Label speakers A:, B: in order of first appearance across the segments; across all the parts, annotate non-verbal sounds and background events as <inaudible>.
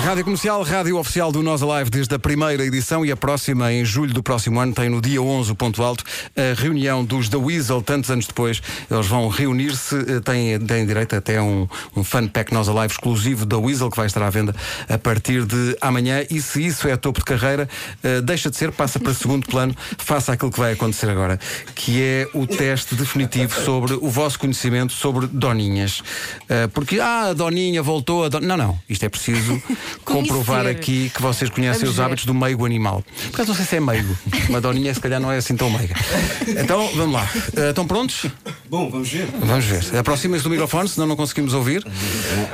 A: Rádio Comercial, rádio oficial do Nós Alive desde a primeira edição e a próxima, em julho do próximo ano, tem no dia 11, o ponto alto, a reunião dos The Weasel, tantos anos depois. Eles vão reunir-se, eh, têm, têm direito até a um, um fan pack Nós Alive exclusivo da Weasel, que vai estar à venda a partir de amanhã. E se isso é topo de carreira, eh, deixa de ser, passa para segundo
B: <laughs>
A: plano, faça aquilo que vai acontecer agora, que é o teste definitivo sobre o vosso conhecimento sobre Doninhas. Eh, Porque, ah, a Doninha voltou a. Don... Não, não, isto é preciso comprovar
B: <laughs> Conhecer.
A: aqui que vocês conhecem
B: Vamos
A: os
B: ver.
A: hábitos do meigo animal. Por acaso não sei se é meigo. Uma doninha se calhar não é assim tão meiga. Então, vamos lá. Eh, estão prontos?
C: Bom, vamos ver.
A: Vamos ver. Aproximem-se do microfone, senão não conseguimos ouvir.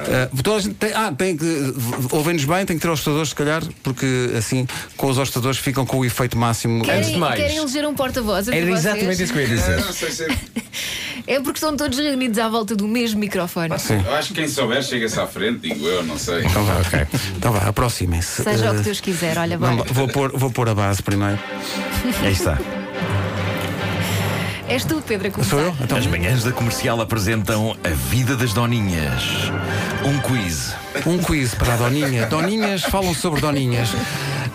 A: Eh, toda a gente tem- ah, tem que. v- Ouvem-nos bem, tem que ter hostadores, se calhar, porque assim, com os hostadores ficam com o efeito máximo.
B: Querem,
D: Antes de mais.
B: querem eleger um porta-voz? entre
D: Era
B: vocês?
D: exatamente isso que eu ia dizer.
C: não sei se. é-
B: É porque estão todos reunidos à volta do mesmo microfone.
A: Sim.
C: Eu acho que quem souber chega-se à frente, digo eu, não sei.
A: Então vá, ok. Então vá, aproximem-se.
B: Seja o
A: Eh,
B: que Deus quiser, olha,
A: vamos
B: bora.
A: lá. vou, pôr, vou pôr a base primeiro.
E: Aí está.
D: Então.
B: És tu, Pedro, a começar.
A: Sou eu? Então.
E: As manhãs da comercial apresentam A Vida das Doninhas. Um quiz.
A: Um quiz para a Doninha. Doninhas falam sobre Doninhas.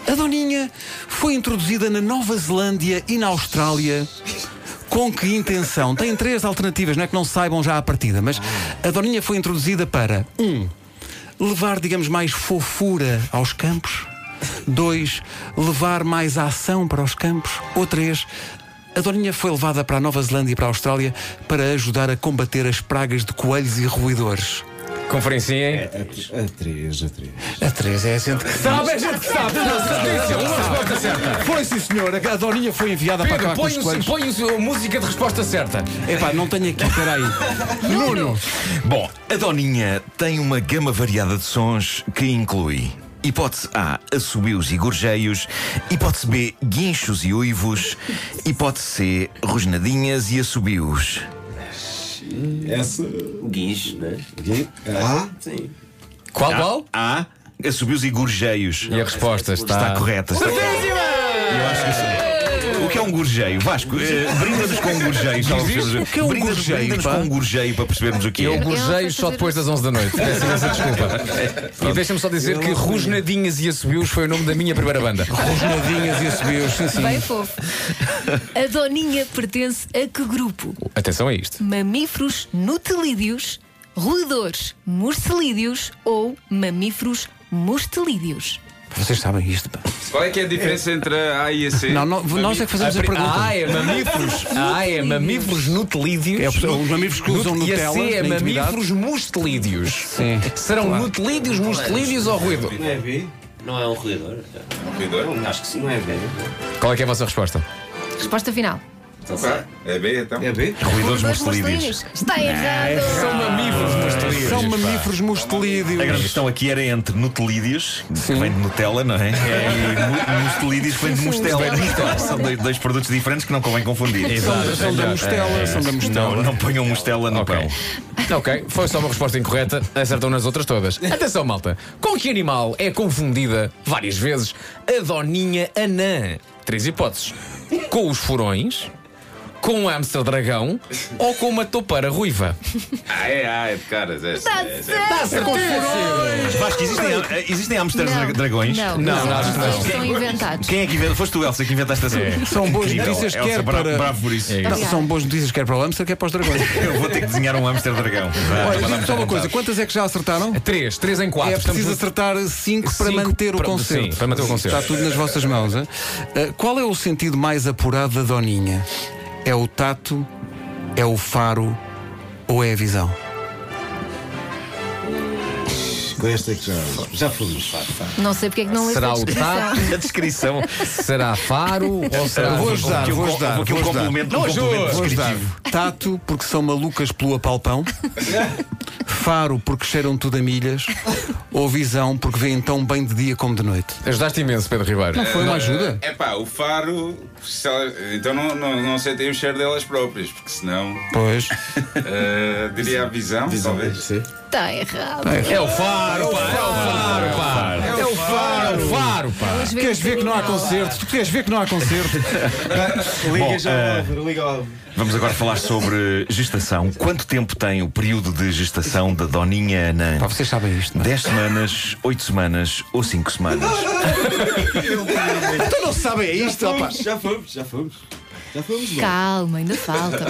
A: A Doninha foi introduzida na Nova Zelândia e na Austrália. Com que intenção? Tem três alternativas, não é que não saibam já à partida, mas a Doninha foi introduzida para um, levar, digamos, mais fofura aos campos. dois, Levar mais ação para os campos. Ou três, A Doninha foi levada para a Nova Zelândia e para a Austrália para ajudar a combater as pragas de coelhos e roedores.
D: Conferenciem.
C: A 3, a 3.
A: A Teresa é a gente que sabe, é a gente que sabe. Uma resposta certa. Foi sim, senhor. A Dorinha foi enviada para cá
D: Pedro,
A: com
E: um
A: os
D: põe,
A: coelhos.
D: põe a música de resposta certa.
A: Epá, não tenho aqui,
E: <laughs>
A: peraí. Nuno.
E: Bom, a Doninha tem uma gama variada de sons que inclui. Hipótese A, assobios e gorjeios. Hipótese B, guinchos e uivos. Hipótese C, rosnadinhas e assobios.
C: Essa.
F: Guincho, né?
C: Ah,
D: Qual, qual?
E: A, assobios e gorjeios.
D: E a resposta está.
E: Está correta. Está correta. Eu acho que sim. O que é um gorjeio? Vasco, eh, brinda-nos com um gorjeio. Diz
A: isso? O que é um gorjeio,
E: Brinda-nos
A: pá?
E: com um gorjeio para percebermos o que
D: Eu
E: é.
B: fazer
D: gorjeio só
B: isso.
D: depois das 11 da <laughs> noite. Peço imensa desculpa. E deixa-me só dizer que Rusnadinhas e Assobios foi o nome da minha primeira banda.
A: Rosnadinhas e assobios. Sim, sim.
B: Bem
D: <laughs>
B: fofo. A Doninha pertence a que grupo?
D: Atenção a isto.
B: Mamíferos nutelídeos, roedores morcelídeos ou mamíferos mostelídeos?
A: Vocês sabem isto, pá.
C: Qual é que é a diferença entre a A e a C?
A: Não, não, nós é que fazemos a
D: pri-
A: pergunta.
D: A é mamíferos. A é mamíferos nutelídeos.
A: É, os mamíferos que usam
D: e a
A: Nutella
D: C é
A: na intimidade.
D: mamíferos mustelídeos.
A: Sim.
D: Serão nutelídeos, mustelídeos ou ruído?
F: é B? Não é um roedor?
C: Um roedor?
F: Acho que sim, não é B.
D: Qual é que é a vossa resposta?
B: Resposta final.
F: Então,
C: Tá. É B então?
F: É B?
E: Ruidores
B: Roedores
E: mustelídeos.
B: morcelídeos. Está errado.
D: São mamíferos mustelídeos.
A: São
D: pá.
A: mamíferos
E: A grande
A: mustelídeos.
E: questão aqui era entre nutelídeos, que
A: Sim.
E: vem de Nutella, não é? E mu- mustelídeos, que vem de mustela. <laughs> São dois, dois produtos diferentes que não convém confundir.
D: Exato.
A: São da mostela, são da
E: é Não,
A: mostela.
E: não ponham mostela no
D: Ok.
E: pão.
D: Ok, foi só uma resposta incorreta, acertam nas outras <laughs> todas. Atenção, malta. Com que animal é confundida várias vezes a doninha anã? Três hipóteses: com os furões, com o hamster dragão ou com uma topeira ruiva.
C: Ah, é A, é de caras. É, é, é,
E: Vasco, existem, eh, existem hamsters
B: Não.
E: dragões?
B: Não,
D: Não, não, acho que não.
B: Eles são inventados.
E: Quem é que inventa? Foste tu, Elsa, que inventaste essa.
A: É. São boas
E: Incrível.
A: notícias,
E: Elsa,
A: quer
E: bravo,
A: para-
E: bravo por isso. É.
A: Não, São boas notícias, quer para o hamster, quer para os dragões.
E: Eu vou ter que desenhar um hamster dragão.
A: <laughs>
E: Vá,
A: Olha, digo
E: mandar-me
A: só uma
E: apontar.
A: coisa: quantas é que já acertaram?
D: Três, três em quatro.
A: É
D: Estamos
A: preciso
D: no-
A: acertar 5 para
D: Cinco
A: manter o
D: para-
A: conceito.
D: sim, para manter o concerto.
A: Está tudo nas vossas mãos. Hein? qual é o sentido mais apurado da Doninha? É o tato? É o faro? Ou é a visão?
G: Com esta que já, já fomos.
B: Não sei porque é que não lês
D: Será
B: a
D: o
B: descrição.
D: tato?
E: A descrição.
D: Será faro ou será.
A: Vou ajudar,
E: Aqui um
A: vou
E: com-
A: ajudar.
E: Aqui um
A: vou ajudar.
E: complemento um complemento
A: Vou ajudar.
E: descritivo.
A: Tato, porque são malucas pelo <laughs> apalpão. Faro, porque cheiram tudo a milhas. Ou visão, porque veem tão bem de dia como de noite. Eh,
D: Ajudaste imenso, Pedro Ribeiro. Não
A: Foi uma ajuda?
C: É pá, o faro. se elas- Então não, não, não sentem o cheiro delas próprias, porque senão.
A: Pois.
C: eh, diria a visão, talvez.
D: Tá
B: Está Tá errado.
D: É o faro, pá, é o faro, pá. É o faro. Faro, pá.
B: Elas
A: Tu
B: vêm
A: queres
B: um
A: ver que não há
B: bocadinho ao ar.
A: concerto? Tu queres ver que não há concerto?
H: Liga já
D: eh,
H: ao Álvaro, liga ao Álvaro.
E: Vamos agora falar sobre gestação. Quanto tempo tem o período de gestação da Doninha Anã?
A: Pá, vocês sabem isto. não é?
E: 10 semanas, 8 semanas ou 5 semanas?
A: Então não sabem isto, ó pá.
H: Já fomos, já fomos. Já fomos, não.
B: Calma, ainda
A: <laughs>
B: falta.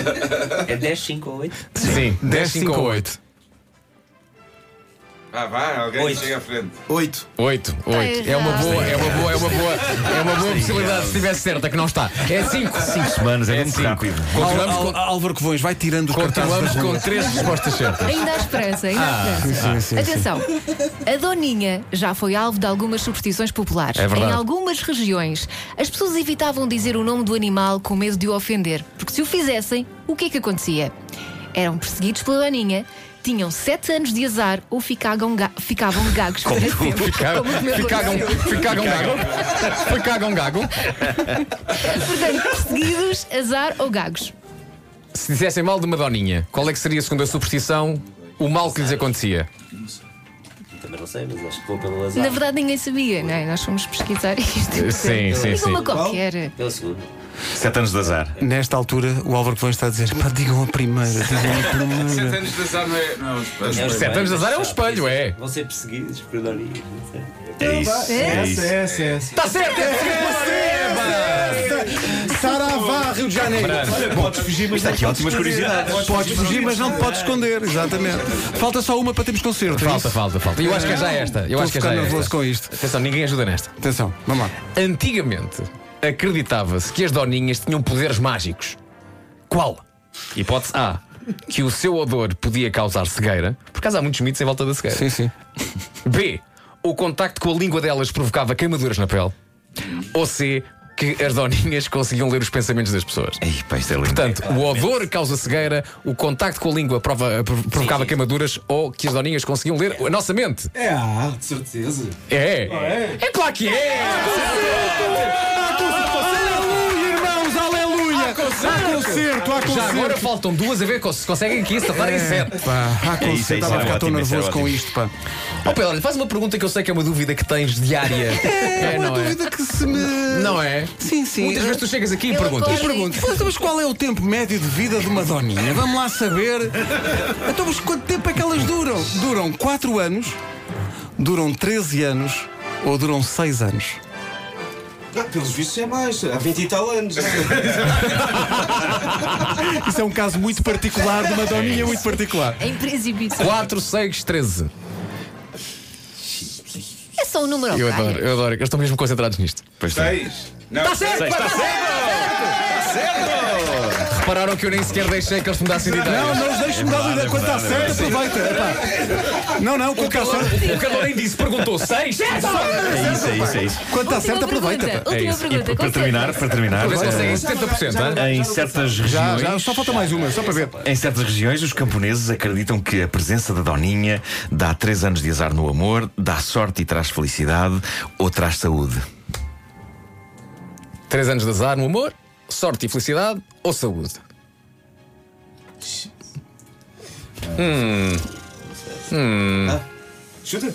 F: É 10, 5 ou 8?
D: Sim,
A: 10,
D: 10, 5
A: cinco
D: ou
A: ou
D: 8.
C: Vá, Ah, vá, alguém
F: Oito.
C: chega à frente.
H: 8.
D: 8, 8. É uma boa, é uma boa, é uma boa, é uma boa possibilidade se estivesse certa, que não está. É 5.
E: 5 semanas é, muito
D: cinco.
E: rápido.
D: Continuamos,
A: Al- Al-
D: com,
A: Álvaro Covões vai tirando os
D: continuamos
A: cartazes da
D: com
A: rua.
D: 3 respostas certas.
B: Ainda há esperança, ainda
A: Ah.
B: há esperança.
A: Sim, sim, sim.
B: Atenção, a Doninha já foi alvo de algumas superstições populares.
D: É verdade.
B: Em algumas regiões, as pessoas evitavam dizer o nome do animal com medo de o ofender, porque se o fizessem, o que é que acontecia? Eram perseguidos pela Doninha, tinham sete anos de azar ou ficavam, ga- ficavam gagos para sempre.
D: Ficaram,
B: Como o meu
D: ficaram,
B: aconteceu.
D: ficaram gago. Ficaram gago.
B: Portanto, perseguidos, azar ou gagos.
D: Se dissessem mal de uma doninha, qual é que seria, segundo a superstição, o mal que lhes acontecia?
F: Também não sei, mas acho que vou pelo azar.
D: Tá.
B: Na verdade, ninguém sabia, não é? Nós fomos pesquisar isto.
D: Sim, sim,
B: Diga
D: sim.
B: uma qualquer.
F: Pelo segundo.
E: 7 anos de azar. É
A: Nesta altura, o Álvaro Covões está a dizer: pá, digam a primeira, digam <laughs> a
C: Sete
A: primeira.
C: anos de azar não é. Não, é um espelho.
F: É um
D: sete anos de azar é um espelho, é.
F: Vão ser perseguidos por Doninhas, não sei.
H: Então
E: É isso. É
H: Essa,
E: isso.
H: essa, essa.
A: Tá
D: Está certo!
A: é Saravá, Rio de Janeiro.
H: Podes fugir, mas
E: Está aqui é ótimas curiosidades.
A: Podes fugir, mas não te podes esconder, exatamente. Falta só uma para termos concerto. é
D: Falta,
A: isso?
D: falta, falta. Eu acho que é já esta. Eu
A: Estou
D: acho que é já
A: ficando
D: esta.
A: nervoso com isto.
D: Atenção, ninguém ajuda nesta.
A: Atenção, vamos lá.
D: Antigamente acreditava-se que as doninhas tinham poderes mágicos. Qual? Hipótese A. Que o seu odor podia causar cegueira. Por acaso há muitos mitos em volta da cegueira.
A: Sim, sim.
D: B. O contacto com a língua delas provocava queimaduras na pele. Ou C. Que as doninhas conseguiam ler os pensamentos das pessoas.
E: Ei, pá, isto é lindo.
D: Portanto, o odor causa cegueira, o contacto com a língua prova- prov- provocava queimaduras ou que as doninhas conseguiam ler a nossa mente.
H: É a arte, de certeza. Ah,
D: É! É claro que é!
A: Aleluia, irmãos, aleluia! Há concerto, há concerto!
D: Já agora faltam duas a ver se conseguem aqui
A: É.
D: satarem sete.
A: Pá, há
E: É
A: concerto,
E: isso, é isso,
A: estava a
E: é
A: ficar tão
E: ótimo, isso é
A: nervoso com
E: ótimo.
A: isto, pá.
D: Ó Pedro, olha, faz uma pergunta que eu sei que é uma dúvida que tens diária. É,
A: uma dúvida que se me.
D: Não é?
A: Sim, sim.
D: Muitas vezes tu chegas aqui e
B: Eu
D: perguntas.
A: E pergunto, então, mas qual é o tempo médio de vida de uma doninha? Vamos lá saber. Então, mas quanto tempo é que elas duram? Duram 4 anos, duram 13 anos ou duram 6 anos?
H: Ah, pelos vistos é mais. Há 20 e tal anos.
A: Isso é um caso muito particular de uma doninha muito particular.
B: Em princípio, isso
D: 4, 6, 13.
B: é só um número ao
D: Eu
B: calho.
D: adoro, eu adoro. Eles estão mesmo concentrados nisto.
E: Pois tem.
C: Seis. Não, seis.
D: Repararam que eu nem sequer deixei que eles me dessem de
A: Não,
D: ideias.
A: não os deixo mudar de ideia. Quando está certo, aproveita. Epá. Não, não, quando está certo,
D: O calor nem disse, perguntou 6.
E: É isso, é isso, é isso.
A: quando está certo,
B: Última
A: aproveita.
B: pergunta,
A: pá.
E: É
B: Última
E: isso. E
B: pergunta,
E: para terminar,
B: concentra-se.
E: para terminar,
D: Talvez conseguem
E: eh,
D: 70%. hã?
E: em certas
A: Já,
E: regiões.
A: Ah, já, só falta mais uma, só para ver.
E: Em certas regiões, os camponeses acreditam que a presença da Doninha dá três anos de azar no amor, dá sorte e traz felicidade ou traz saúde.
D: 3 anos de azar no amor, sorte e felicidade ou saúde? Hum.
H: Ah, Chuta.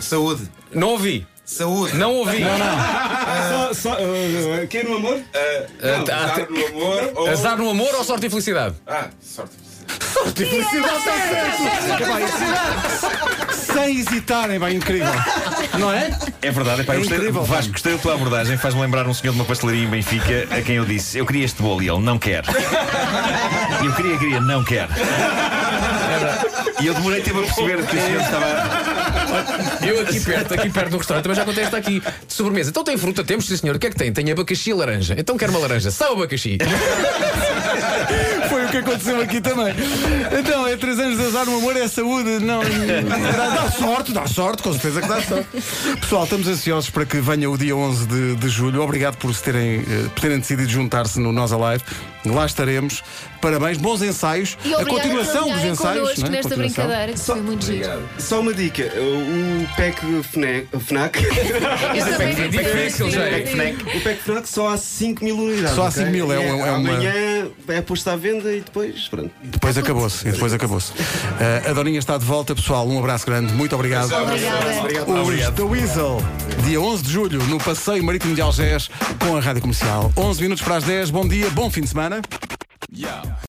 H: Saúde.
D: Não ouvi.
H: Saúde.
D: Não ouvi.
H: Só, só, ah, quem é no amor?
D: Ah, tá- ah,
C: Azar no amor ou.
D: Azar no amor ou sorte e felicidade?
C: Ah, sorte.
A: Sem hesitarem, vai incrível. Não é?
E: É verdade, epá,
A: É
E: eu gostei,
A: incrível,
E: Vasco,
A: pá.
E: gostei da tua abordagem. Faz-me lembrar um senhor de uma pastelaria em Benfica a quem eu disse: Eu queria este bolo e ele não quer. Eu queria, queria,
A: <laughs>
E: não quer. E eu demorei tempo a perceber que o senhor estava.
D: Eu aqui perto, aqui perto do restaurante, mas já contei esta aqui. De sobremesa. Então tem fruta? Temos, sim senhor. O que é que tem? Tem abacaxi e laranja. Então quero uma laranja. Só abacaxi.
A: Foi o que aconteceu aqui também. Então, é três anos de azar no amor, é saúde. Não, dá, dá sorte, dá sorte, com certeza que dá sorte. Pessoal, estamos ansiosos para que venha o dia 11 de, de julho. Obrigado por, se terem, eh, por terem decidido juntar-se no Nós Alive. Lá estaremos. Parabéns, bons ensaios.
B: E
A: a
B: obrigada
A: continuação
B: por
A: dos
B: trabalharem
A: ensaios.
B: connosco
A: não é?
B: nesta
A: Continuação.
B: brincadeira, que foi muito giro.
H: Só uma dica. O PEC FNAC. FNAC <laughs>
B: Eu também
D: Pac-Man,
B: vi
D: Pac-Man,
B: isso,
D: é já é.
B: sim.
H: o PEC FNAC só há 5 mil unidades.
A: Só há
H: ok?
A: 5 mil, é um- é uma-
H: Amanhã é posto à venda e depois, pronto.
A: Depois acabou-se. E depois acabou-se. Eh, a Doninha está de volta, pessoal. Um abraço grande. Muito obrigado.
B: Obrigada.
A: Os The Weasel, dia 11 de julho, no Passeio Marítimo de Algés, com a Rádio Comercial. 11 minutos para as 10. Bom dia, bom fim de semana.